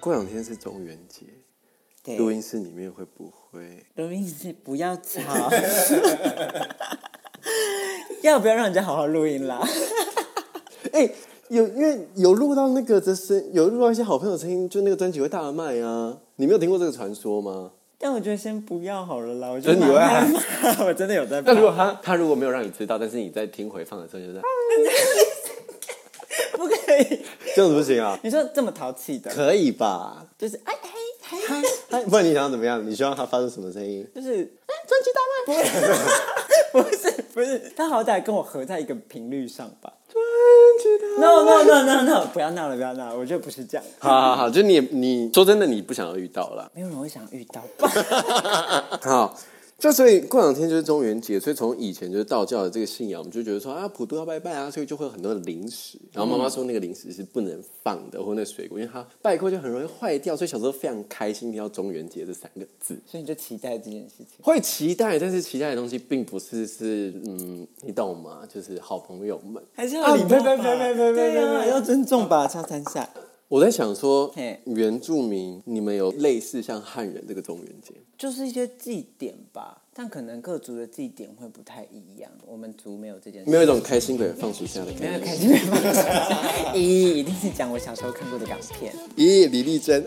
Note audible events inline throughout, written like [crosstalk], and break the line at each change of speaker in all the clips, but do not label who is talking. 过两天是中元节，
对，
录音室里面会不会？
录音室不要吵， [laughs] 要不要让人家好好录音啦？ [laughs]
哎、有因为有录到那个的声，有录到一些好朋友的声音，就那个专辑会大卖啊！你没有听过这个传说吗？
但我觉得先不要好了啦，我觉
真
得
的有
蛮
啊
害怕 [laughs] 我真的有在怕
那如果他他如果没有让你知道，但是你在听回放的时候，就是
不可以。
这样子不行啊？
你说这么淘气的，
可以吧？
就是哎嘿嘿，
哎，不然你想要怎么样？你希望他发出什么声音？
就是哎专辑大卖，不是不是不是，他好歹跟我合在一个频率上吧。No no no no no！不要闹了，不要闹了，我觉得不是这样，
好好好，就你你说真的，你不想要遇到了。
没有人会想遇到吧？ [laughs]
好，就所以过两天就是中元节，所以从以前就是道教的这个信仰，我们就觉得说啊，普渡要拜拜啊，所以就会有很多的零食。然后妈妈说那个零食是不能放的，或那水果，因为它拜过就很容易坏掉。所以小时候非常开心听到中元节这三个字。
所以你就期待这件事情。
会期待，但是期待的东西并不是是嗯，你懂吗？就是好朋友们。
还是
啊
要礼貌
呸呸
吧
呸呸呸
对
呸
啊，
呸
要尊重吧，敲三下。
我在想说
嘿，
原住民你们有类似像汉人这个中元节吗？
就是一些祭典吧，但可能各族的祭典会不太一样。我们族没有这件事，
没有一种开心鬼放暑假的
没
感
有
觉。
开心没放假。咦， [laughs] 一定是讲我小时候看过的港片。
咦，李丽珍，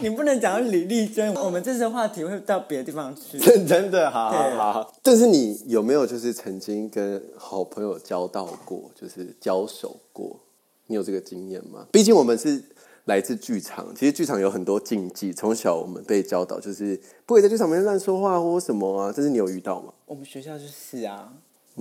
你不能讲到李丽珍，我们这次的话题会到别的地方
[laughs]
去。
真真的好
对啊
好好。但是你有没有就是曾经跟好朋友交到过，就是交手过？你有这个经验吗？毕竟我们是来自剧场，其实剧场有很多禁忌，从小我们被教导就是不可以在剧场里面乱说话或什么啊。但是你有遇到吗？
我们学校就是啊，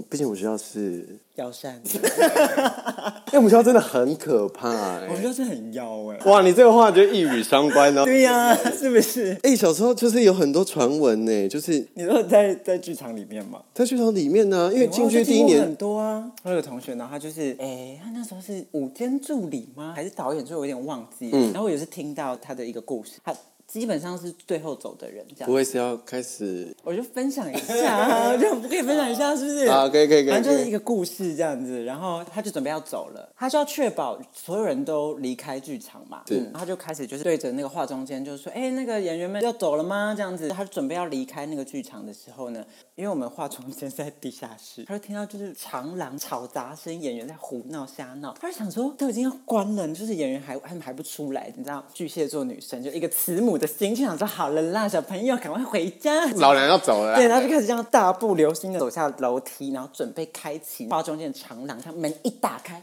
毕竟我们学校是，
摇 [laughs] 扇，
哎、我们学校真的很可怕哎、
我们就是很妖哎、
[laughs] 哇，你这个话就一语双关哦。
[laughs] 对啊呀、 [laughs] 是不是？
哎、小时候就是有很多传闻呢，就是
你说在在剧场里面吗？
在剧场里面呢、因为进去
我
第一
听过
年
很多啊，我有个同学，然后他就是，哎、他那时候是舞间助理吗？还是导演？所以我有点忘记。然后我也是听到他的一个故事，他基本上是最后走的人，
不
这样。
会是要开始
我就分享一下、 [laughs] 啊，就不可以分享一下是不是？
啊可以可以可以
反正就
可
是
以
一个故事这样子，然后他就准备要走了，他就要确保所有人都离开剧场嘛。
是
然后他就开始就是对着那个化妆间就是说，哎、那个演员们要走了吗？这样子，他就准备要离开那个剧场的时候呢，因为我们化妆间是在地下
[laughs]
室，他就听到就是长廊吵杂声，演员在胡闹瞎闹，他就想说都已经要关了，就是演员还他们还不出来，你知道巨蟹座女生就一个慈母的心，就想说好了啦，小朋友赶快回家，
老娘要走了啦
对，他就开始这样大步流星的走下楼梯，然后准备开启化妆间的长廊，他门一打开，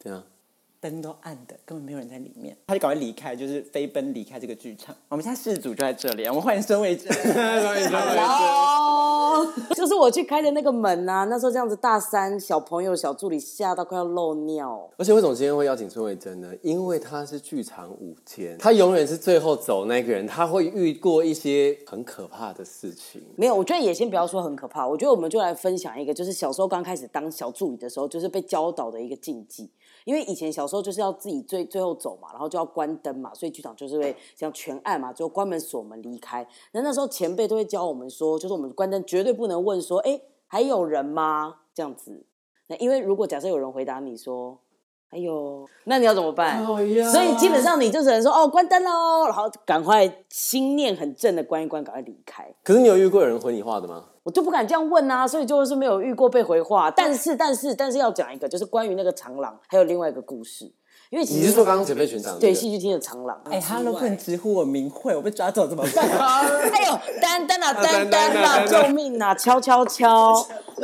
对啊，
灯都暗的，根本没有人在里面，他就赶快离开，就是飞奔离开这个剧场。我们现在事主就在这里，啊我们欢迎孙 [laughs] 卫珍。
哦，就是我去开的那个门啊，那时候这样子，大三小朋友小助理吓到快要漏尿。
而且为什么今天会邀请孙维珍呢？因为他是剧场舞间，他永远是最后走那个人，他会遇过一些很可怕的事情。
没有，我觉得也先不要说很可怕，我觉得我们就来分享一个，就是小时候刚开始当小助理的时候，就是被教导的一个禁忌。因为以前小时候就是要自己最最后走嘛，然后就要关灯嘛，所以剧场就是会这样全暗嘛，就关门锁门离开。那那时候前辈都会教我们说，就是我们关灯绝对不能问说，哎，还有人吗？这样子。那因为如果假设有人回答你说，哎呦，那你要怎么办？
哎呀
所以基本上你就只能说哦，关灯喽，然后赶快心念很正的关一关，赶快离开。
可是你有遇过有人回你话的吗？
我就不敢这样问啊，所以就是没有遇过被回话。但是，但是，但是要讲一个，就是关于那个长廊，还有另外一个故事，因为其
你
实
是说刚刚前辈学长
对
那个
戏剧厅的长廊。啊
哎哈喽，不能直呼我名讳，我被抓走怎么 [laughs] 办？
[laughs] 哎呦，丹丹啊，丹
丹
丹
啊
啊，救命啊！敲
[laughs]
敲敲，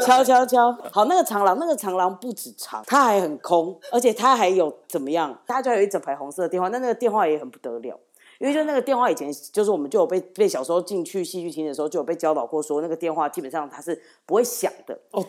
敲敲敲。好，那个长廊，那个长廊不止长，它还很空，而且它还有怎么样？大家有一整排红色的电话，那那个电话也很不得了。因为就那个电话以前就是我们就有被被小时候进去戏剧厅的时候就有被教导过说那个电话基本上它是不会响的，
哦，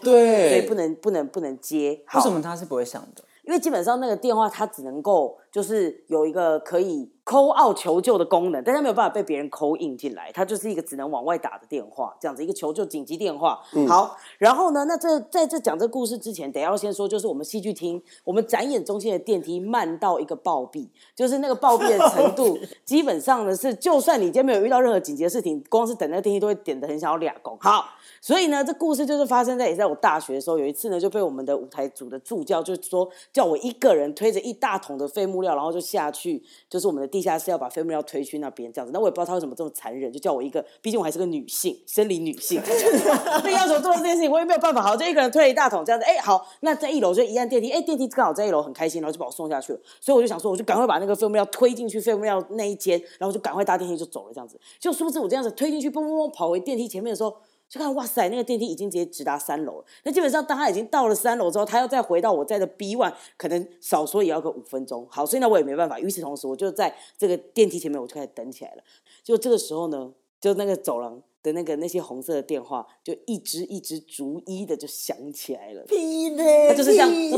对，
对，不能不能不能接。好
为什么他是不会想的？
因为基本上那个电话它只能够就是有一个可以 call out 求救的功能，但它没有办法被别人 call in 进来，它就是一个只能往外打的电话，这样子一个求救紧急电话。好，然后呢，那这在这讲这故事之前，得要先说，就是我们戏剧厅，我们展演中心的电梯慢到一个暴毙，就是那个暴毙的程度，基本上呢是，就算你今天没有遇到任何紧急的事情，光是等那个电梯都会点的很想要俩拱。好，所以呢，这故事就是发生在也在我大学的时候，有一次呢就被我们的舞台组的助教就说叫我一个人推着一大桶的废木料，然后就下去，就是我们的地下室要把废木料推去那边这样子。那我也不知道他为什么这么残忍，就叫我一个，毕竟我还是个女性，生理女性， [laughs] 被要求做这件事情，我也没有办法。好，就一个人推了一大桶这样子。哎，好，那在一楼就一按电梯，哎，电梯刚好在一楼，很开心，然后就把我送下去了。所以我就想说，我就赶快把那个废木料推进去废木料那一间，然后就赶快搭电梯就走了这样子。就殊不知我这样子推进去，嘣嘣嘣跑回电梯前面的时候。就看哇塞，那个电梯已经直接直达三楼了。那基本上，当他已经到了三楼之后，他要再回到我在的 B one，可能少说也要个五分钟。好，所以呢，我也没办法。与此同时，我就在这个电梯前面，我就开始等起来了。就这个时候呢，就那个走廊的那个那些红色的电话，就一支一支逐一的就响起来了。
屁嘞，
就是这样
屁，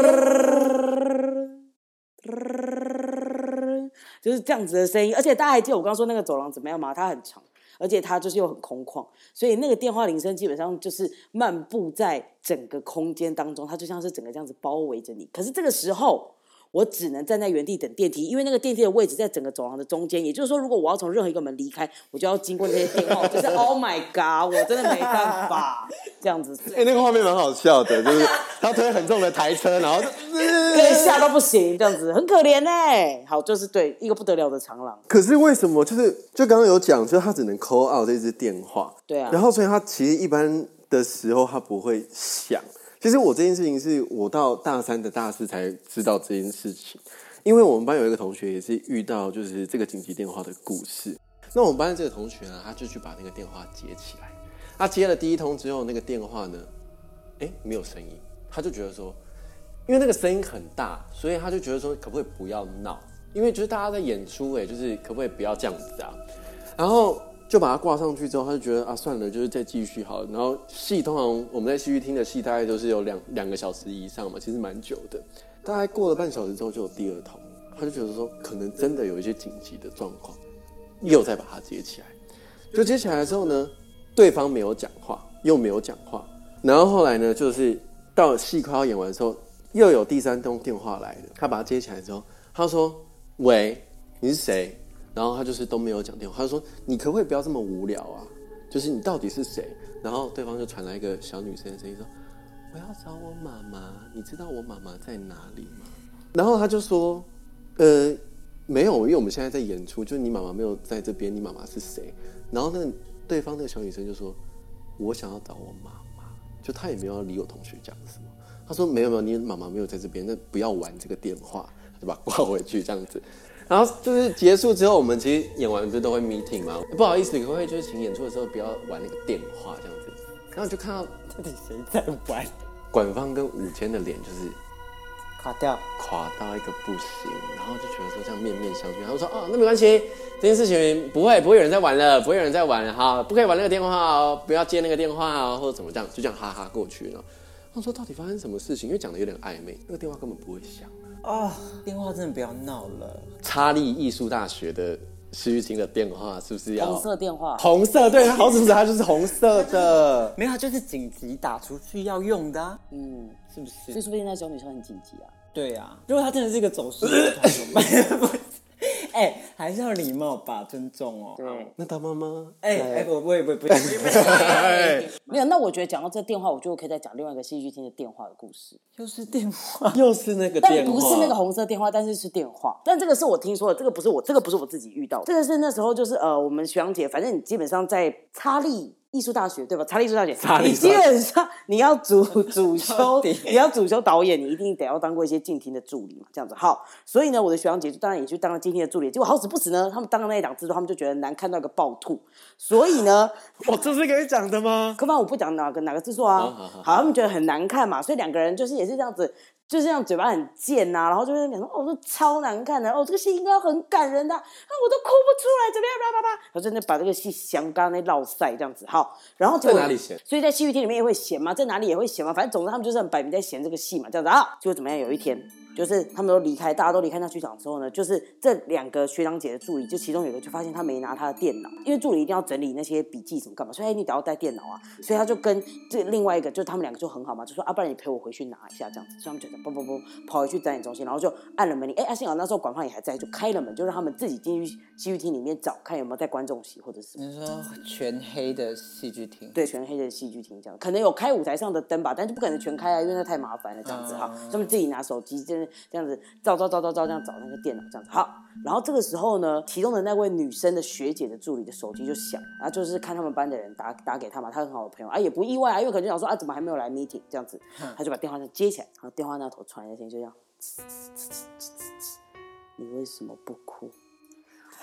就是这样子的声音。而且大家还记得我刚刚说那个走廊怎么样吗？它很长，而且它就是又很空旷，所以那个电话铃声基本上就是漫步在整个空间当中，它就像是整个这样子包围着你。可是这个时候。我只能站在原地等电梯，因为那个电梯的位置在整个走廊的中间。也就是说，如果我要从任何一个门离开，我就要经过那些电话。我就是 Oh my God，我真的没办法这样子。
哎、那个画面蛮好笑的， [laughs] 就是他推很重的台车，然后就
对，吓到不行，这样子很可怜哎、好，就是对一个不得了的长廊，
可是为什么？就是就刚刚有讲，就是他只能 call out 这支电话，
对啊
然后所以他其实一般的时候他不会响。其实我这件事情是我到大三的大四才知道这件事情，因为我们班有一个同学也是遇到就是这个紧急电话的故事。那我们班的这个同学呢，他就去把那个电话接起来。他接了第一通之后，那个电话呢，哎，没有声音，他就觉得说，因为那个声音很大，所以他就觉得说，可不可以不要闹？因为就是大家在演出、哎，就是可不可以不要这样子啊？然后就把它挂上去之后，他就觉得啊，算了，就是再继续好啊了。然后戏通常我们在戏剧厅的戏大概都是有两两个小时以上嘛，其实蛮久的。大概过了半小时之后，就有第二通，他就觉得说，可能真的有一些紧急的状况，又再把它接起来。就接起来之后呢，对方没有讲话，又没有讲话，然后后来呢，就是到戏快要演完的时候，又有第三通电话来了，他把它接起来之后，他说：“喂，你是谁？”然后他就是都没有讲电话，他说：“你可不可以不要这么无聊啊？就是你到底是谁？”然后对方就传来一个小女生的声音说：“我要找我妈妈，你知道我妈妈在哪里吗？”然后他就说：“呃，没有，因为我们现在在演出，就是你妈妈没有在这边，你妈妈是谁？”然后那个对方那个小女生就说：“我想要找我妈妈。”就她也没有要理我同学讲什么，她说：“没有没有，你妈妈没有在这边，那不要玩这个电话，就把它挂回去这样子。”然后就是结束之后，我们其实演完不是都会 meeting 吗？不好意思，可不可以就是请演出的时候不要玩那个电话这样子？然后就看到
到底谁在玩？
管方跟五千的脸就是
垮掉。
垮到一个不行，然后就觉得说这样面面相觑，然后说哦，那没关系，这件事情不会不会有人在玩了，不会有人在玩了哈，不可以玩那个电话哦，不要接那个电话哦，或者怎么这样，就这样哈哈过去了。他说到底发生什么事情？因为讲的有点暧昧，那个电话根本不会响。
哦，电话真的不要闹了。
查理艺术大学的施玉清的电话是不是要
红色电话。
红色？对，好主持，它就是红色的。
没有，就是紧急打出去要用的、啊，
嗯，
是不
所以
是？
说不定那小女生很紧急啊。
对啊，如果他真的是一个走失的团怎么办 [laughs] 不是哎、还是要礼貌吧，尊重哦。
对，
那他妈妈，
哎哎，不不不不，不 [laughs]
没有。那我觉得讲到这电话，我就可以再讲另外一个戏剧厅的电话的故事，
又是电话，
又是那个
但
电话，
不是那个红色电话，但是是电话。但这个是我听说的，这个不是我，这个不是我自己遇到的，这个是那时候就是呃，我们学长姐，反正你基本上在查理艺术大学对吧？查理艺术大学，
查理
你基本上你要主主修
到底，
你要主修导演，你一定得要当过一些静听的助理嘛，这样子。好，所以呢，我的学长姐就当然也去当了静听的助理，结果好死不死呢，他们当了那一档之后，他们就觉得难看到一个暴吐，所以
[laughs]
呢，
我哦这是可以讲的吗？哦
可不然我不讲哪个哪个制作啊，
好好好
他们觉得很难看嘛，所以两个人就是也是这样子，就是这样嘴巴很贱呐、然后就是讲说哦，这超难看的，哦，这个戏应该要很感人的啊，啊我都哭不出来，怎么样，叭叭叭，然后真的把这个戏想刚那绕塞这样子，好，然后结果
在哪里嫌
所以在戏剧厅里面也会闲嘛，在哪里也会闲嘛，反正总之他们就是很摆明在闲这个戏嘛，这样子啊，结果怎么样？有一天，就是他们都离开，大家都离开那剧场之后呢，就是这两个学长姐的助理，就其中有一个就发现他没拿他的电脑，因为助理一定要整理那些笔记什么干嘛，所以哎你得要带电脑啊，所以他就跟这另外一个，就他们两个就很好嘛，就说啊，不然你陪我回去拿一下这样子，所以他们就嘣嘣嘣跑回去展演中心，然后就按了门铃，哎，阿信好那时候管饭也还在，就开了门，就让他们自己进去戏剧厅里面找看有没有在观众席或者是什么。
你说全黑的戏剧厅，
对，全黑的戏剧厅这样，可能有开舞台上的灯吧，但是不可能全开啊，因为那太麻烦了，这样子哈。
嗯
他们自己拿手机，就是这样子照照照照照这样找那个电脑这样子。好，然后这个时候呢，其中的那位女生的学姐的助理的手机就响，然后就是看他们班的人打打给他嘛，他很好的朋友啊，也不意外啊，因为可能就想说啊，怎么还没有来 meeting 这样子，他就把电话接起来，然后电话那头传来一声就这样，你为什么不哭？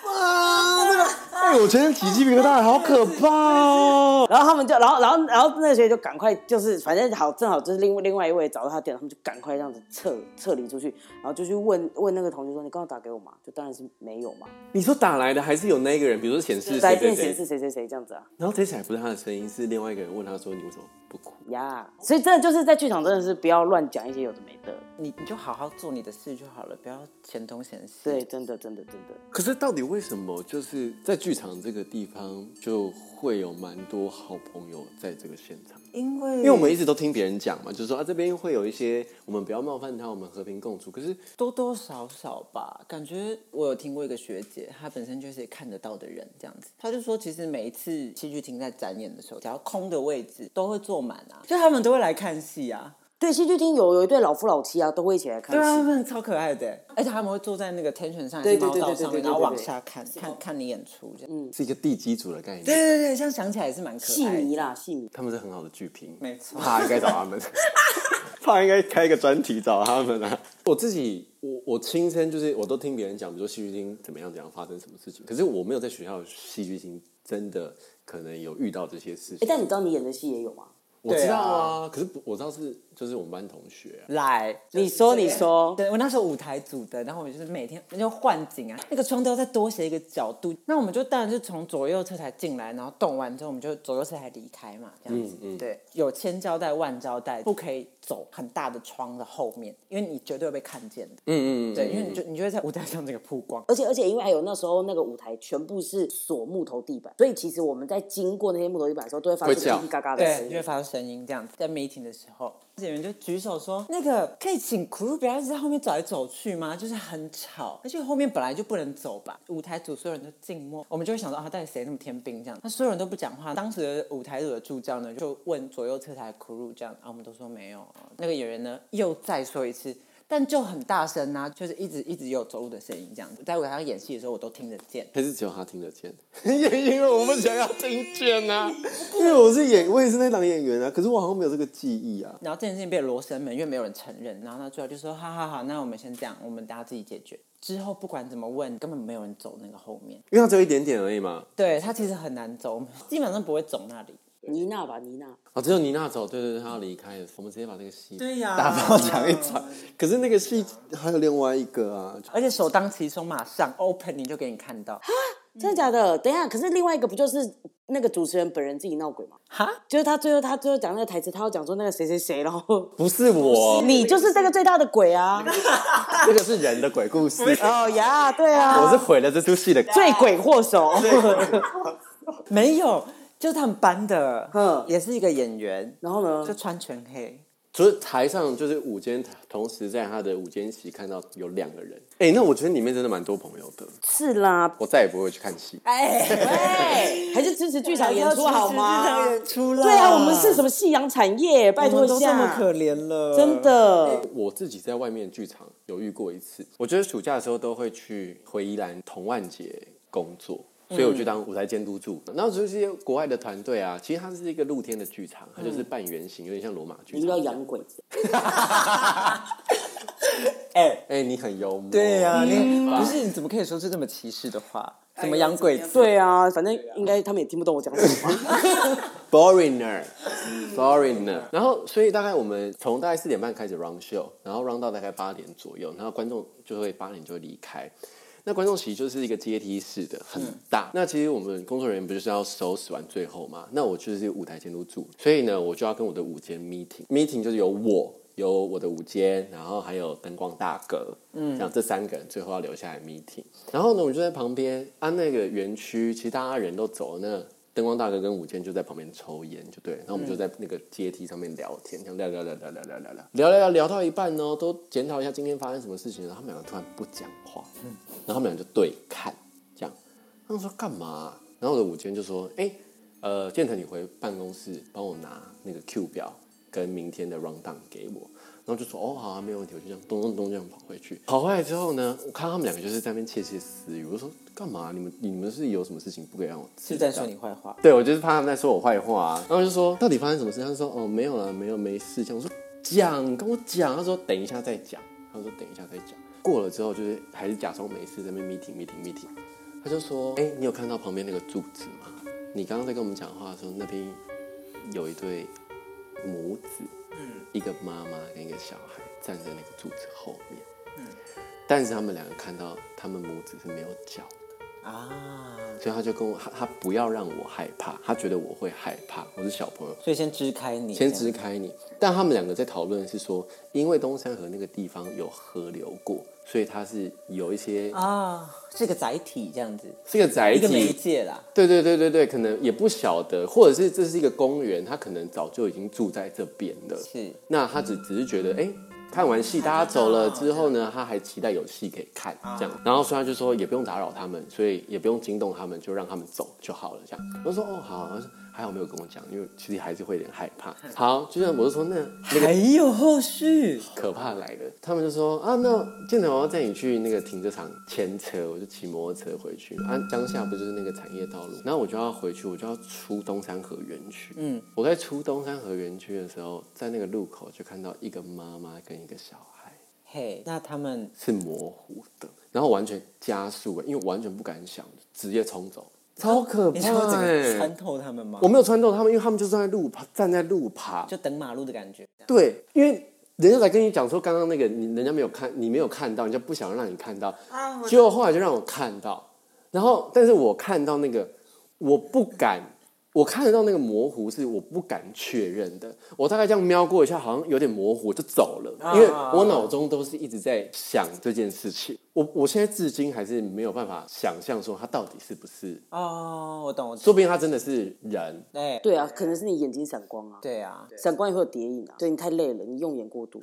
哎，我觉得起鸡皮疙瘩，好可怕哦！
然后他们就，然后，然后，然后那个学姐就赶快，就是反正好，正好就是另外另外一位找到他电脑，他们就赶快这样子撤撤离出去，然后就去问问那个同学说：“你刚刚打给我吗？”就当然是没有嘛，
你说打来的还是有那一个人，比如说显示
来
谁
电
谁
显
谁，
示谁谁谁这样子啊
然后接起来不是他的声音，是另外一个人问他说：“你为什么不哭
呀所以真的就是在剧场真的是不要乱讲一些有的没的，
你你就好好做你的事就好了，不要嫌东嫌西。
对，，真的真的真的，？”
可是到底为什么就是在剧场这个地方就会有蛮多好朋友在这个现场？
因为
因为我们一直都听别人讲嘛，就是说啊这边会有一些我们不要冒犯他，我们和平共处。可是
多多少少吧，感觉我有听过一个学姐，她本身就是看得到的人，这样子，她就说，其实每一次戏剧厅在展演的时候，只要空的位置都会坐满啊，就他们都会来看戏啊，
对，戏剧厅有有一对老夫老妻啊，都会一起来看
对啊，
[laughs]
他
戏。
们超可爱的欸，而且他们会坐在那个天选上，
对对
还是
对
猫道
对对
上
对对
面，
对
然后
对
往
对
下看看看你演出这样，
是一个地基组的概
对
念，
对对，这样想起来也是蛮可爱的，
戏迷啦，戏迷，
他们是很好的剧评，
没错
怕应该找他
[laughs]
们，怕应该开一个专题找他们啊。我自己，我我亲身就是我都听别人讲，比如说戏剧厅怎么样怎么样发生什么事情，可是我没有在学校的戏剧厅真的可能有遇到这些事
哎
情，。
但你知道你演的戏也有吗？
我知道
对
啊，可是不我知道是就是我们班同学、啊，
来，
你说
就是
你说
对我那时候舞台组的，然后我们就是每天就换景啊，那个窗都要再多写一个角度，那我们就当然是从左右侧才进来，然后动完之后我们就左右侧才离开嘛，这样子，
嗯
对，有千交代万交代，不可以走很大的窗的后面，因为你绝对会被看见的，
嗯嗯嗯，
对，因为你就你就会在舞台上这个曝光，
而且而且，因为还有那时候那个舞台全部是锁木头地板，所以其实我们在经过那些木头地板的时候，都会发出
会
叽
叫
叽嘎嘎的声
对，
音
就。会发出声音这样子。在 meeting 的时候，演员就举手说：“那个可以请 crew 不要一直在后面走来走去吗？就是很吵，而且后面本来就不能走吧。”舞台组所有人都静默，我们就会想到啊，到底谁那么天兵这样？那所有人都不讲话。当时的舞台组的助教呢，就问左右侧台的 crew 这样，啊，我们都说没有。那个演员呢，又再说一次。但就很大声呐、就是一直一直有走路的声音这样子，在舞台上演戏的时候我都听得见。
还是只有他听得见， [laughs] 因为我不想要听见啊， [laughs] 因为我是演，我也是那档演员啊，可是我好像没有这个记忆啊。
然后这件事情被罗生门，因为没有人承认。然后那最后就说：“好好好，那我们先这样，我们大家自己解决。”之后不管怎么问，根本没有人走那个后面。
因为它只有一点点而已嘛。
对他其实很难走，我们基本上不会走那里。
妮娜吧，妮娜，
哦，只有妮娜走，对对对，她要离开了，我们直接把这个戏
对呀
打包 [laughs] 讲一讲。可是那个戏还有另外一个啊，
而且首当其冲，马上 opening 就给你看到。
真的假的？等一下，可是另外一个不就是那个主持人本人自己闹鬼吗？
哈，
就是他最后他最后讲那个台词，他要讲说那个谁谁谁，然后
不是我，
[laughs] 你就是这个最大的鬼 [laughs] 啊！
这个是人的鬼故事，
哦呀，对啊，
我是毁了这出戏的。
罪鬼祸首。
没有，就是他们班的，
嗯
也是一个演员，
然后呢
就？穿全黑。
除了台上就是午间，同时在他的午间席看到有两个人。哎，那我觉得里面真的蛮多朋友的，
是啦，
我再也不会去看戏。
哎，
喂，还是支持剧场演出好吗？
演出了。
对啊，我们是什么夕阳产业？拜
我
托
们
一
都这么
下，
可怜了，
真。的。
呃我自己在外面剧场有遇过一次，我觉得暑假的时候都会去回宜兰同万节工作。所以我就当舞台监督助，然后就是一些国外的团队啊，其实它是一个露天的剧场，它就是半圆形，有点像罗马剧
你遇到
场。
洋鬼子，
哎，
哎、你很幽默。
对啊呀、你不是你怎么可以说出这么歧视的话？怎么养鬼子？
对啊，反正应该他们也听不懂我讲什么吧。
[laughs] Foreigner，Foreigner。然后，所以大概我们从大概四点半开始 round show，然后 round 到大概八点左右，然后观众就会八点就会离开。那观众席就是一个阶梯式的，很大。那其实我们工作人员不就是要收拾完最后嘛？那我就是舞台监督组，所以呢，我就要跟我的舞间 meeting，meeting 就是有我有我的午间，然后还有灯光大哥，嗯，这样这三个人最后要留下来 meeting。然后呢，我就在旁边啊，那个园区其实大家人都走了，那灯光大哥跟午间就在旁边抽烟，就对了。然后我们就在那个阶梯上面聊天，这样聊聊聊聊聊聊聊聊聊聊聊聊到一半呢，都检讨一下今天发生什么事情，然后他们两个突然不讲话，然后他们俩就对看，这样。他们说干嘛、然后我的午间就说：“哎、呃，建成，你回办公室帮我拿那个 Q 表跟明天的 round down 给我。”然后就说：“哦，好啊，没有问题。”我就这样咚咚咚这样跑回去。跑回来之后呢，我看他们两个就是在那边窃窃私语。我就说：“干嘛？你们你们是有什么事情不可以让我知
是
道
在说你坏话？”。
对，我就是怕他们在说我坏话、啊。然后我就说：“到底发生什么事？”他就说：“哦，没有啦，没有，没事。”这样我说：“讲，跟我讲。”他说：“等一下再讲。”他说：“等一下再讲。”过了之后，就是还是假装没事，在那边 meeting meeting meeting。他就说：“哎、你有看到旁边那个柱子吗？你刚刚在跟我们讲话的时候，那边有一对母子，一个妈妈跟一个小孩站在那个柱子后面，但是他们两个看到他们母子是没有脚的，
啊，
所以他就跟我他他不要让我害怕，他觉得我会害怕，我是小朋友，
所以先支开你，
先支开你。但他们两个在讨论是说，因为东山河那个地方有河流过，所以它是有一些、
啊，是个载体这样子，
是一个载
一个媒
体，
介啦。
对对对对对，可能也不晓得，或者是这是一个公园，他可能早就已经住在这边了。
是，
那他只只是觉得，哎、看完戏大家走了之后呢，他还期待有戏可以看，这样。然后所以他就说也不用打扰他们，所以也不用惊动他们，就让他们走就好了，这样。我就说哦好，我说还好没有跟我讲，因为其实还是会有点害怕。好，就像我就说那那个
还有后续，
可怕来了，他们就说啊，那建成我要带你去那个停车场牵车，我就骑摩托车回去。啊，当下不就是那个产业道路，然后我就要回去，我就要出东山河园区。嗯，我在出东山河园区的时候，在那个路口就看到一个妈妈跟一个小孩
嘿，那他们
是模糊的，然后完全加速了，因为我完全不敢想，直接冲走，超
好
可
你
怕、
是会整个
欸
穿。透他们吗
我？没有穿透他们，因为他们就站在路旁，站在路旁，
就等马路的感觉，
对，因为人家来跟你讲说，刚刚那个你人家没有看，你没有看到，人家不想让你看到，结果后来就让啊我看到，然后但是我看到那个，我不敢，我看得到那个模糊是我不敢确认的，我大概这样瞄过一下，好像有点模糊就走了，因为我脑中都是一直在想这件事情，我我现在至今还是没有办法想象说他到底是不是，
哦，我懂，我
说
懂，
不定他真的是人，
对
[laughs] 对啊，可能是你眼睛闪光啊，
对啊，
闪光也会有蝶影啊，对你太累了，你用眼过度。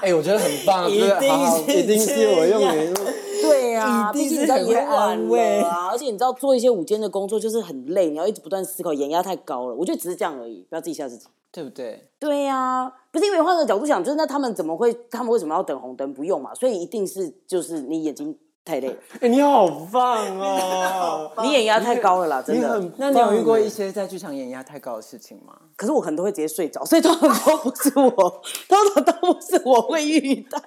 哎、我觉得很棒，
一定
真的好好
是
一定是我用
这样
眼睛。
[laughs] 对呀、啊，
一定
毕竟
是
你知道
很会
也晚
安慰
了啊，而且你知道做一些午间的工作就是很累，你要一直不断思考，眼压太高了。我觉得只是这样而已，不要自己吓自己。
对不对？
对呀、不是因为换个角度想，就是那他们怎么会，他们为什么要等红灯？不用嘛，所以一定是就是你眼睛太 [laughs] 累了，
哎、你好棒哦！
你眼压 [laughs] 太高了啦，真
你
的
很。
那你有遇过
棒哎
一些在剧场演压太高的事情吗？
可是我可能都会直接睡着，所以通常都不是我，通常都不是我会遇到。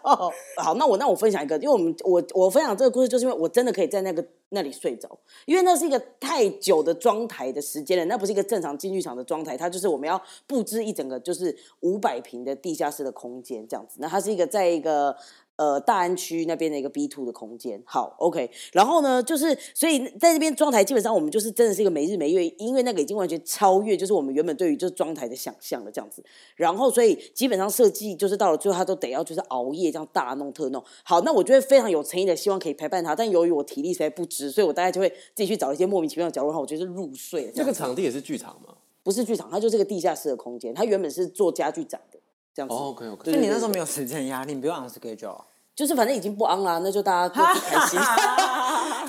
好，那我那我分享一个，因为我们我我分享这个故事，就是因为我真的可以在那个那里睡着，因为那是一个太久的妆台的时间了，那不是一个正常进剧场的妆台，它就是我们要布置一整个就是五百平的地下室的空间这样子。那它是一个在一个呃大安区那边的一个 B two 的空间。好，OK。然后呢，就是所以在这边妆台基本上我们就是真的是一个没日没夜，因为那个已经完全超越就是我们原本对于就是妆台的想象了这样子。然后所以基本上设计就是到了最后他都得要就是熬夜这样大弄特弄。好，那我就会非常有诚意的希望可以陪伴他，但由于我体力实在不支，所以我大概就会自己去找一些莫名其妙的角落，然后我就是入睡了这
这
样
个
子。
场地也是剧场吗？
不是剧场，它就是个地下室的空间，它原本是做家具展的这样子。
哦，OK，OK、o k
就
OK，
你那时候没有时间压力，你不用 on schedule。
就是反正已经不昂啦，那就大家各自开心。 [laughs]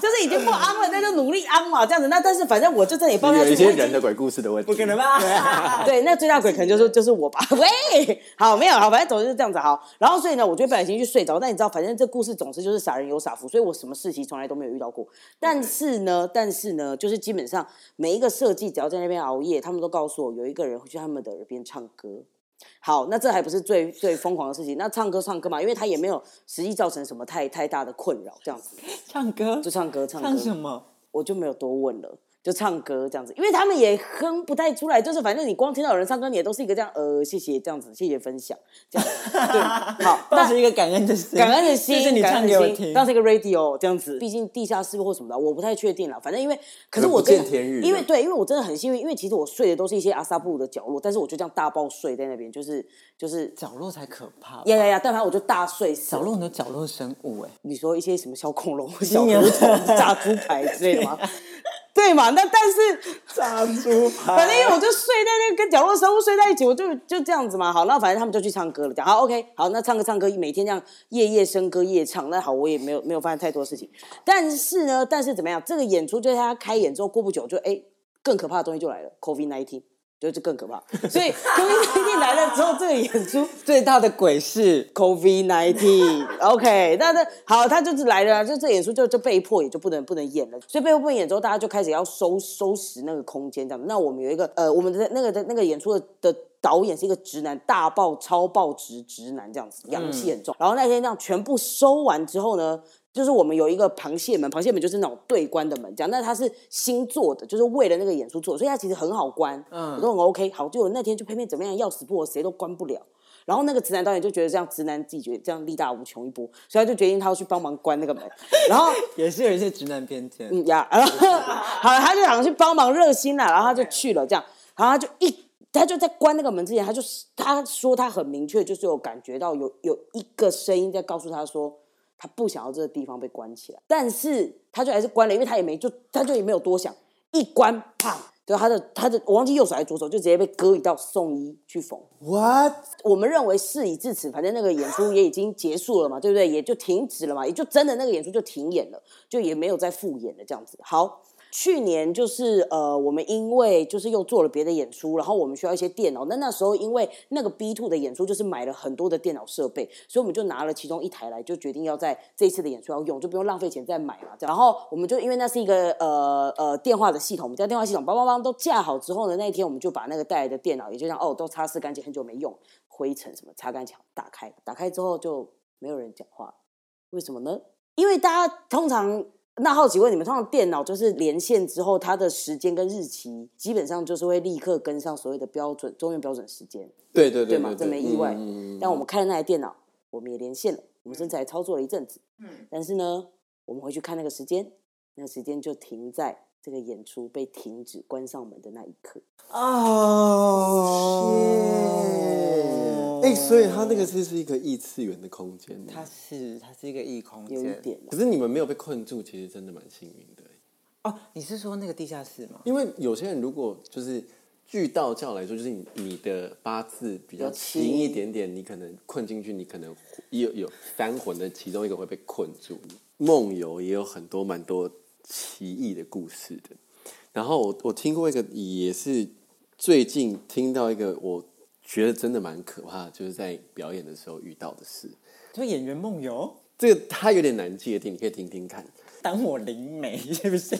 就是已经不昂了，那就努力昂嘛，这样子。那但是反正我就真的也抱下去，
有一些
我已经
人的鬼故事的问题，不
可能吧？
[laughs] 对，那最大鬼可能就是就是我吧。 [laughs] 喂，好，没有，好，反正总之就是这样子。好，然后所以呢，我觉得本来已经去睡着，但你知道，反正这故事总之就是傻人有傻福，所以我什么事情从来都没有遇到过。但是呢，但是呢，就是基本上每一个设计只要在那边熬夜，他们都告诉我有一个人会去他们的耳边唱歌。好，那这还不是最最疯狂的事情。那唱歌唱歌嘛，因为他也没有实际造成什么太太大的困扰，这样子
[laughs] 唱歌
就唱歌唱歌。
唱什么？
我就没有多问了。就唱歌这样子，因为他们也哼不太出来，就是反正你光听到有人唱歌，你也都是一个这样呃谢谢这样子，谢谢分享这样，对，好，
[laughs] 抱
[laughs] 那
着一个感恩的心，
感恩的心，
谢谢你
感
唱
恩
给
的
我
心
听。
当成一个 radio 这样子。毕竟地下室或什么的，我不太确定了。反正因为，
可
可是
能
我
不
真的
见天日
因为
这样
对，因为我真的很幸运，因为其实我睡的都是一些阿萨布鲁的角落，但是我就这样大爆睡在那边，就是就是
角落才可怕吧，
呀呀呀，但凡我就大睡死
角
了。
落很多角落生 [laughs] 物哎、
你说一些什么小恐龙、小毒虫、炸猪排之类的
[laughs]
吗？对嘛？那但是
炸猪排
反正因为我就睡在那个跟角落生物睡在一起，我就就这样子嘛。好，那反正他们就去唱歌了。讲好，OK，好，那唱歌唱歌，每天这样夜夜笙歌夜唱。那好，我也没有没有发生太多事情。但是呢，但是怎么样？这个演出就是他开演之后过不久就哎，更可怕的东西就来了，COVID nineteen。就就更可怕，所以 COVID nineteen 来了之后，这个演出
最大的鬼是
COVID nineteen，OK，、那那好，他就是来了啊，就这演出就就被迫也就不能不能演了，所以被迫不能演之后，大家就开始要收收拾那个空间这样。那我们有一个呃，我们的那个的那个演出的的导演是一个直男，大爆超爆直直男这样子，阳气很重。然后那天这样全部收完之后呢，就是我们有一个螃蟹门，螃蟹门就是那种对关的门，这样。那它是新做的，就是为了那个演出做的，所以它其实很好关，
嗯
嗯，都很 OK。好，就那天就偏偏怎么样，钥匙破，谁都关不了。然后那个直男导演就觉得这样，直男自己觉得这样力大无穷一波，所以他就决定他要去帮忙关那个门。然后
也是有一些直男偏见，
嗯呀， [laughs] 然后好了，他就想去帮忙热心了，然后他就去了，这样，然后他就一。他就在关那个门之前，他就是他说他很明确，就是有感觉到有有一个声音在告诉他说，他不想要这个地方被关起来，但是他就还是关了，因为他也没就他就也没有多想，一关啪，就他的他的我忘记右手还是左手，就直接被割一道送医去缝。
What？
我们认为事已至此，反正那个演出也已经结束了嘛，对不对？也就停止了嘛，也就真的那个演出就停演了，就也没有再复演了这样子。好，去年就是呃，我们因为就是又做了别的演出，然后我们需要一些电脑。那那时候因为那个 B two 的演出就是买了很多的电脑设备，所以我们就拿了其中一台来，就决定要在这一次的演出要用，就不用浪费钱再买嘛。这样然后我们就因为那是一个呃呃电话的系统，我们家电话系统邦邦邦都架好之后呢，那一天我们就把那个带来的电脑，也就像哦都擦拭干净，很久没用。灰尘什么擦干净，打开，打开之后就没有人讲话，为什么呢？因为大家通常那好奇问你们，通常电脑就是连线之后，它的时间跟日期基本上就是会立刻跟上所谓的标准中原标准时间，
对对
对
对
嘛？这没意外。
嗯
但我们看那台电脑，我们也连线了，我们甚至还操作了一阵子。但是呢，我们回去看那个时间，那个时间就停在这个演出被停止关上门的那一刻。
哦，
嗯哎、所以它那个其实是一个异次元的空间呢。
它是它是一个异空
有一
间，
点啦，
可是你们没有被困住，其实真的蛮幸运的。
哦，你是说那个地下室吗？
因为有些人如果就是据道教来说，就是你你的八字比较轻一点点，你可能困进去，你可能有有三魂的其中一个会被困住。梦游也有很多蛮多奇异的故事的。然后我我听过一个，也是最近听到一个，我觉得真的蛮可怕的，就是在表演的时候遇到的事。
就演员梦游，
这个它有点难界定，你可以听听看。
当我灵媒是不是？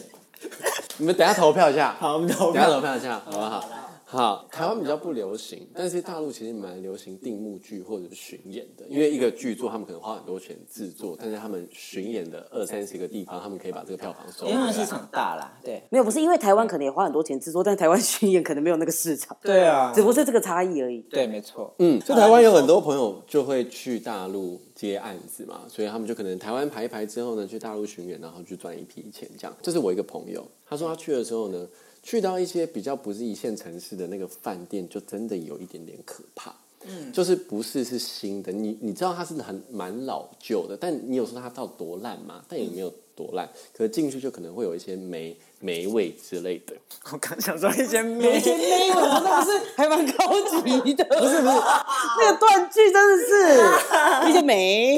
你们等一下投票一下。
[laughs] 好，我们投
等一下
票
投。票一下，好不好？好，台湾比较不流行，但是大陆其实蛮流行定幕剧或者是巡演的，因为一个剧作他们可能花很多钱制作，但是他们巡演的二三十个地方，他们可以把这个票房收回
因为市
来。
场大啦，对
没有，不是因为台湾可能也花很多钱制作，但台湾巡演可能没有那个市场，
对啊
只不过是这个差异而已。
对，没错。
嗯，所以台湾有很多朋友就会去大陆接案子嘛，所以他们就可能台湾排一排之后呢，去大陆巡演，然后去赚一批钱这样。这是我一个朋友，他说他去的时候呢，去到一些比较不是一线城市的那个饭店，就真的有一点点可怕。嗯，就是不是是新的，你你知道它是很蛮老旧的，但你有说它到多烂吗？但也没有多烂，可是进去就可能会有一些霉霉味之类的。
[laughs] 我刚想说一些妹， [laughs]
没有，那不是 [laughs] 还蛮高级的？不是不是， [laughs] 那个断句真的是一些没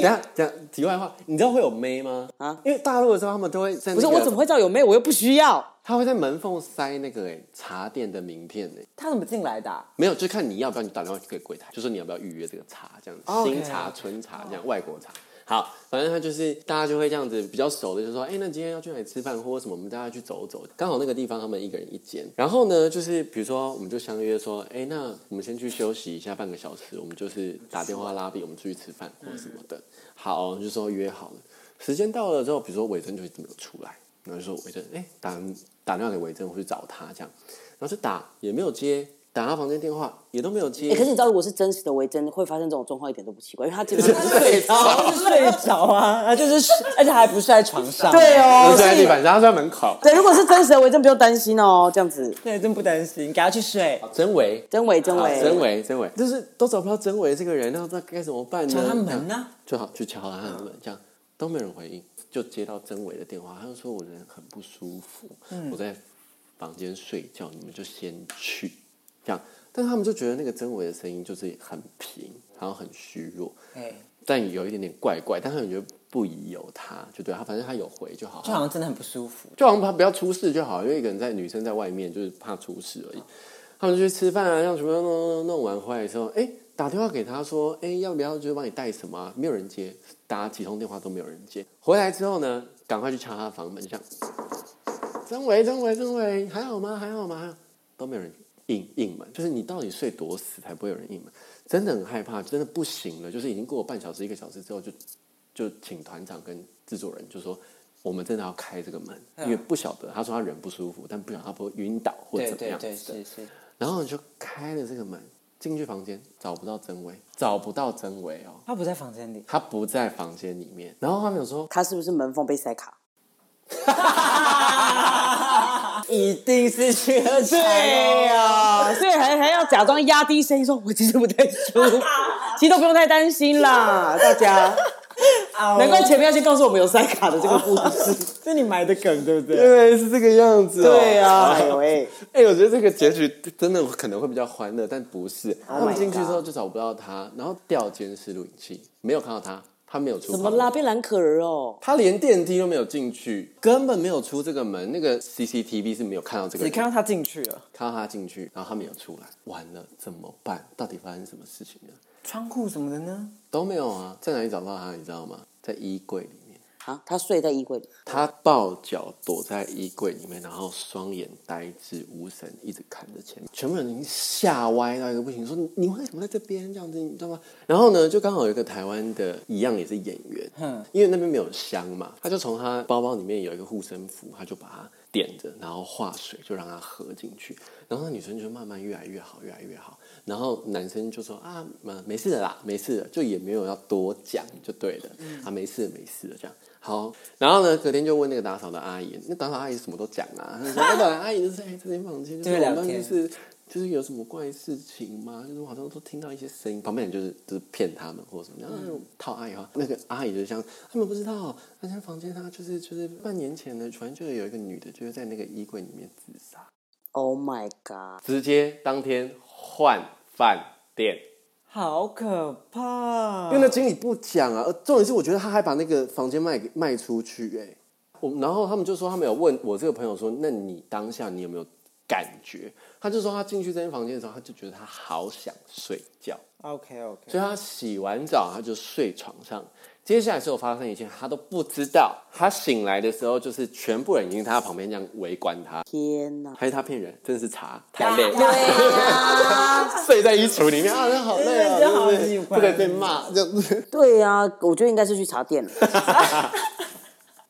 等
[laughs]
一下等一下，题外话，你知道会有霉吗？
啊
啊，因为大陆的时候他们都会在、那
不是
个
我怎么会知道有没？我又不需要。
他会在门缝塞那个哎、茶店的名片哎、
他怎么进来的啊？
没有，就看你要不要，你打电话去给柜台，就说你要不要预约这个茶，这样子
OK
新茶、春茶这样，外国茶。好，反正他就是大家就会这样子比较熟的，就说，哎、那今天要去哪里吃饭或什么，我们大家去走走。刚好那个地方他们一个人一间，然后呢，就是比如说我们就相约说，哎、那我们先去休息一下半个小时，我们就是打电话拉比，我们出去吃饭或什么的。好，就说约好了，时间到了之后，比如说伟珍就一直没有出来，然后就说维珍，哎、打打电话给维珍，我去找他这样，然后就打也没有接，打他房间电话也都没有接，
哎、可是你知道，如果是真实的维珍，会发生这种状况一点都不奇怪，因为他基 [laughs] 本
[laughs]
上是睡着。
[laughs] 他是睡着啊，他就是睡，而且还不是在床上。
对哦，
就
所
在地
以
板上，他在门口。
对，如果是真实的维珍，不用担心哦，这样子。
对，真不担心，给他去睡。
真维，
真维，真
好
啊
维，
真维，真维，就是都找不到真维这个人，那那该怎么办呢？
敲他门啊呢
就好去敲他的门，这样都没有人回应，就接到真维的电话，他就说我人很不舒服，
嗯
我在房间睡觉，你们就先去，这样。但他们就觉得那个真维的声音就是很平，然后很虚弱，
哎，
但有一点点怪怪，但他们觉得不宜有他，就对他，反正他有回就好。
就好像真的很不舒服。
就好像怕不要出事就好，因为一个人在女生在外面就是怕出事而已。他们就去吃饭啊，让全部弄弄弄弄完回来之后，哎、打电话给他说，哎、要不要就是帮你带什么啊、没有人接，打几通电话都没有人接。回来之后呢，赶快去敲他的房门，这样，曾伟，曾伟，曾伟，还好吗？还好吗？还好都没有人应应门，就是你到底睡多死才不会有人应门？真的很害怕，真的不行了，就是已经过了半小时、一个小时之后就就请团长跟制作人就说，我们真的要开这个门，因为不晓得他说他人不舒服，但不晓得他不会晕倒或
对
怎么
对
样
对，
子
是是。
然后你就开了这个门，进去房间找不到真维，找不到真维哦，
他不在房间里，
他不在房间里面。然后他们有说，
他是不是门缝被塞卡？
[laughs] 一定是去喝茶
对
呀、
呀，啊所以还还要假装压低声音说：“我其实不太舒服。” [laughs] 其实都不用太担心 [laughs] 啦，大家。难怪前面要先告诉我们有塞卡的这个故事。
是你埋的梗，对不对？
对，是这个样子、哦。
对啊，哎呦
欸
喂，
哎、我觉得这个结局真的可能会比较欢乐，但不是。
Oh my
他们进去之后就找不到他，然后调监视录影器，没有看到他，他没有出。
[laughs] 怎么啦？？变蓝可儿哦。
他连电梯都没有进去，根本没有出这个门。那个 CCTV 是没有看到这个
只
人，
看到他进去了，
看到他进去，然后他没有出来，完了怎么办？到底发生什么事情呢？
窗户什么的呢？
都没有啊，在哪里找到他？你知道吗？在衣柜里面，
啊，他睡在衣柜里，
他抱脚躲在衣柜里面，然后双眼呆滞无神，一直看着前面。全部人已经吓歪到一个不行，说你你为什么在这边这样子？你知道吗？然后呢，就刚好有一个台湾的，一样也是演员，
嗯
因为那边没有香嘛，他就从他包包里面有一个护身符，他就把它点着，然后化水就让它合进去，然后那女生就慢慢越来越好，越来越好，然后男生就说啊，没没事的啦，没事的，就也没有要多讲就对了，
嗯
啊，没事的，没事的这样。好，然后呢？隔天就问那个打扫的阿姨，那打扫阿姨什么都讲啊。她就说那打扫阿姨就是在这间房间，就是
对
我
聊
们就
天
是就是有什么怪事情吗？就是我好像都听到一些声音，旁边人就是就是骗他们或者什么，然后那种套阿姨话，那个阿姨就像他们不知道，那间房间她就是就是半年前呢，反正就是有一个女的就是在那个衣柜里面自杀，
Oh my god！
直接当天换饭店，
好可怕！
因为那经理不讲啊，呃重点是我觉得他还把那个房间卖给卖出去、哎，我然后他们就说他们有问我这个朋友说，那你当下你有没有感觉？他就说他进去这间房间的时候，他就觉得他好想睡觉。
OK OK，
所以他洗完澡，他就睡床上。接下来所有发生一切，他都不知道。他醒来的时候，就是全部人已经在他旁边这样围观他，
天哪！
还是他骗人，真的是茶太累，
啊
对呀、
睡在衣橱里
[laughs]
面啊，真的好累啊，
真的好
对不
喜
对？
欢
不能被骂这样
[laughs]
子。
[laughs] 对呀、我觉得应该是去茶店了。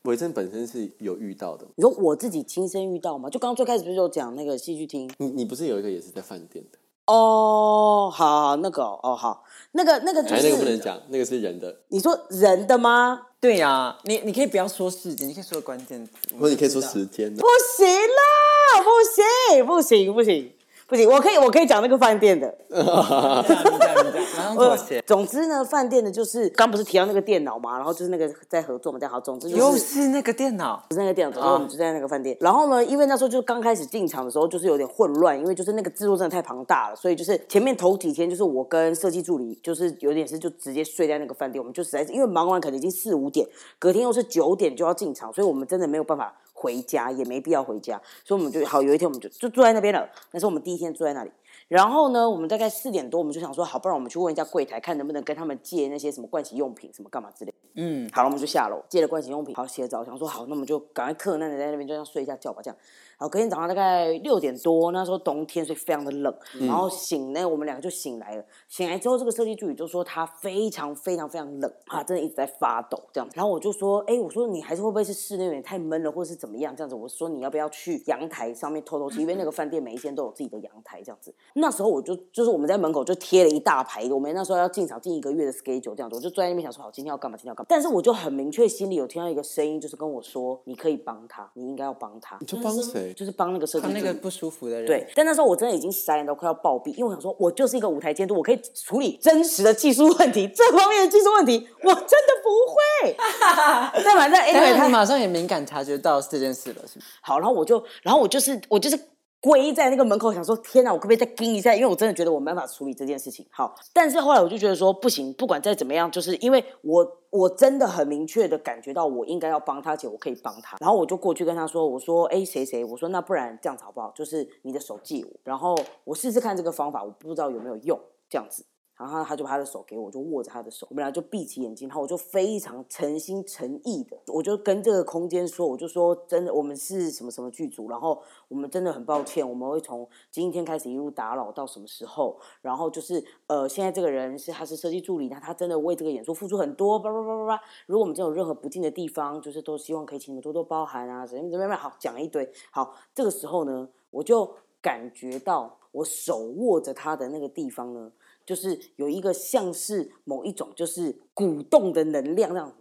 维珍本身是有遇到的，
你说我自己亲身遇到吗？就刚刚最开始不是有讲那个戏剧厅？
你你不是有一个也是在饭店的？
哦，好好那个哦哦好，那个那个就
哎，
是
那个不能讲，那个是人的，
你说人的吗？
对呀、你你可以不要说事情，你可以说关键词。
或者你可以说时间的
不。行啦，不行不行不行不行，我可以我可以讲那个饭店的，呃
这样，这样，这样，马上妥协。
总之呢，饭店的就是刚不是提到那个电脑嘛，然后就是那个在合作嘛，这样好，总之就
又
是。
是那个电脑，
不是那个电脑，总之我们就在那个饭店。然后呢，因为那时候就是刚开始进场的时候，就是有点混乱，因为就是那个制作真的太庞大了，所以就是前面头几天就是我跟设计助理就是有点是就直接睡在那个饭店，我们就实在是因为忙完可能已经四五点，隔天又是九点就要进场，所以我们真的没有办法回家，也没必要回家，所以我们就好有一天我们就就坐在那边了，那是我们第一天坐在那里。然后呢，我们大概四点多，我们就想说，好，不然我们去问一下柜台，看能不能跟他们借那些什么盥洗用品、什么干嘛之类的。嗯，好了，我们就下楼，借了盥洗用品，好洗了澡，想说好，那我们就赶快克难的在那边就这样睡一下觉吧，这样。好，隔天早上大概六点多，那时候冬天，所以非常的冷，然后醒呢，我们两个就醒来了。醒来之后，这个设计助理就说他非常非常非常冷，啊，真的一直在发抖这样。然后我就说，哎、我说你还是会不会是室内有点太闷了，或者是怎么样这样子？我说你要不要去阳台上面透透气，因为那个饭店每一间都有自己的阳台这样子。那时候我就就是我们在门口就贴了一大排，我们那时候要进场进一个月的 schedule 这样子，我就坐在那边想说，好，今天要干嘛，今天要干嘛。但是我就很明确心里有听到一个声音，就是跟我说，你可以帮他，你应该要帮他
[laughs] 你。就帮谁？
就是帮那个设计
他
助理，
那个不舒服的人，
对，，但那时候我真的已经傻眼到快要暴毙，因为我想说，我就是一个舞台监督，我可以处理真实的技术问题，这方面的技术问题，我真的不会。 [laughs] 但反正
但
anyway，
是他
他
哎马上也敏感察觉到这件事了，是不是？
好，然后我就，然后我就是，我就是。跪在那个门口，想说天哪，我可不可以再盯一下？因为我真的觉得我没办法处理这件事情。好，但是后来我就觉得说不行，不管再怎么样，就是因为我我真的很明确的感觉到我应该要帮他，而且我可以帮他。然后我就过去跟他说，我说哎谁谁，我说那不然这样子好不好？就是你的手借我，然后我试试看这个方法，我不知道有没有用，这样子。然后他就把他的手给我，我就握着他的手，我们俩就闭起眼睛，然后我就非常诚心诚意的，我就跟这个空间说，我就说真的，我们是什么什么剧组，然后我们真的很抱歉，我们会从今天开始一路打扰到什么时候，然后就是呃，现在这个人是他是设计助理，那他真的为这个演出付出很多，叭叭叭叭叭，如果我们真的有任何不敬的地方，就是都希望可以请你们多多包涵啊，怎么怎么样，好讲一堆，好，这个时候呢，我就感觉到我手握着他的那个地方呢。就是有一个像是某一种就是鼓动的能量，这样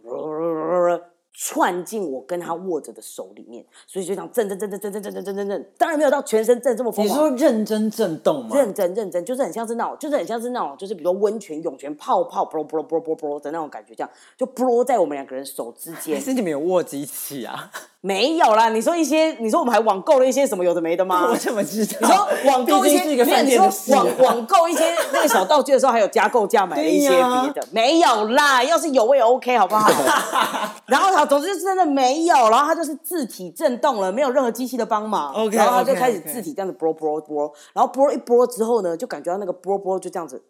窜进我跟他握着的手里面，所以就这样震震震震震震震震震震震，当然没有到全身震这么疯
你
狂。啊
说认真震动吗？
认真认真，就是很像是那种，就是很像是那种，就是比如说温泉、涌泉、泡泡，啵啵啵啵啵的那种感觉，这样就啵在我们两个人手之
还
间。
是你们有握机器啊？
没有啦，你说一些，你说我们还网购了一些什么有的没的吗？
我怎么知
你说
道？ [laughs]
网购
毕
一些，
竟是一个饭店
没有
的
你
事
说
啊、
网网购一些那个小道具的时候，还有加购价买了一些
对呀
别的，没有啦。要是有我也 OK，好
[laughs]
不好？然后他总之就是真的没有，然后他就是自体震动了，没有任何机器的帮忙。
OK，
然后他就
OK，
开始
OK
自体这样子拨拨拨，然后拨一拨之后呢，就感觉到那个拨拨就这样子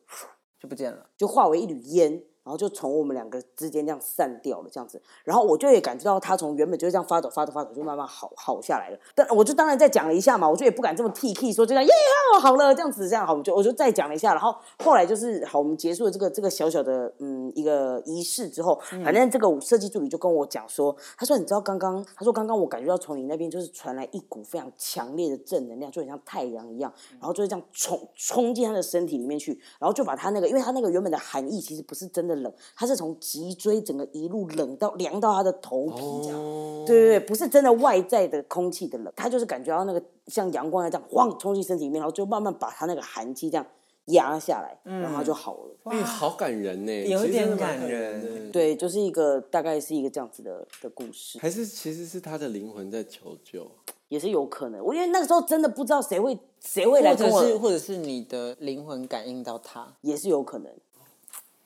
就不见了。
就化为一缕烟，然后就从我们两个之间这样散掉了，这样子。然后我就也感觉到他从原本就是这样发抖、发抖、发抖，就慢慢好好下来了。但我就当然再讲了一下嘛，我就也不敢这么 T K 说就这样耶哦好了这样子这样好，我就我就再讲了一下。然后后来就是好，我们结束了这个这个小小的嗯一个仪式之后，反正这个设计助理就跟我讲说，他说你知道刚刚他说刚刚我感觉到从你那边就是传来一股非常强烈的正能量，就很像太阳一样，然后就是这样冲冲进他的身体里面去，然后就把他那个，因为他那个原本的寒意其实不是真的冷，他是从脊椎整个一路冷到凉到他的头皮这
哦
样。对对对，不是真的外在的空气的冷，他就是感觉到那个像阳光一样这样晃冲进身体里面，然后就慢慢把他那个寒气这样压下来，然后他就好了。
哎，好感人呢，
有
其实
点
真的蛮
感
人
人
呢。
对，就是一个大概是一个这样子的的故事，
还是其实是他的灵魂在求救，
也是有可能。我因为那个时候真的不知道谁会谁会来
或
跟
者
我，
是，或者是你的灵魂感应到他。
也是有可能。
啊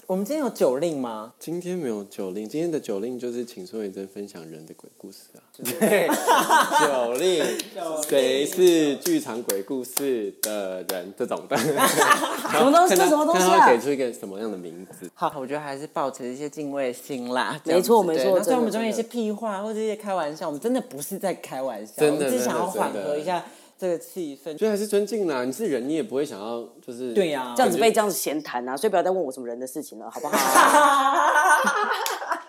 我们今天有酒令吗？
今天没有九令，今天的九令就是请孙伟珍分享人的鬼故事啊。九令，谁是剧场鬼故事的人？这种
[laughs]
的，什
么东西什么东西啊
看他会给出一个什么样的名字？
好，我觉得还是保持一些敬畏心啦。
没
这样
错
子
没
对
错
那虽然我们
真
中
的
间一些屁话或者一些开玩笑，我们真的不是在开玩笑，
真的
我们只是想要
真的
缓
真的
和一下这个气氛。
就还是尊敬啦，你是人，你也不会想要就是
对呀
这样子被这样子闲谈啊，所以不要再问我什么人的事情了，好不
[laughs]
好？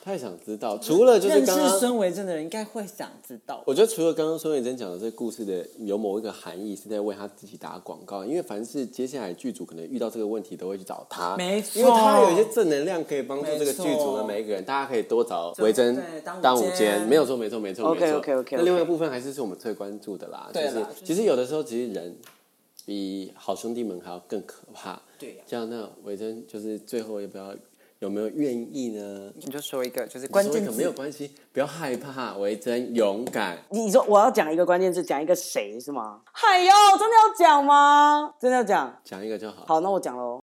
太想知道。除了就是
认
刚
识
刚，
孙维正的人应该会想知道。
我觉得除了刚刚孙伟珍讲的这个故事的有某一个含义是在为他自己打广告，因为凡是接下来剧组可能遇到这个问题都会去找他，
没错
因为他有一些正能量可以帮助这个剧组的
没错
每一个人，大家可以多找维珍
对当午
当午
间
间，没有错，没错，没错，没错。
OK，OK，OK，OK
那另外一部分还是是我们最关注的啦，就
对啦
是
就是
其实有的时候其实人比好兄弟们还要更可怕。
对呀
这样那维珍就是最后要不要有没有愿意呢？
你就说一个，就是关键
可
字
没有关系，不要害怕，维珍勇敢。
你你说我要讲一个关键字，讲一个谁是吗？嗨哟，真的要讲吗？真的要讲？
讲一个就好。
好，那我讲喽。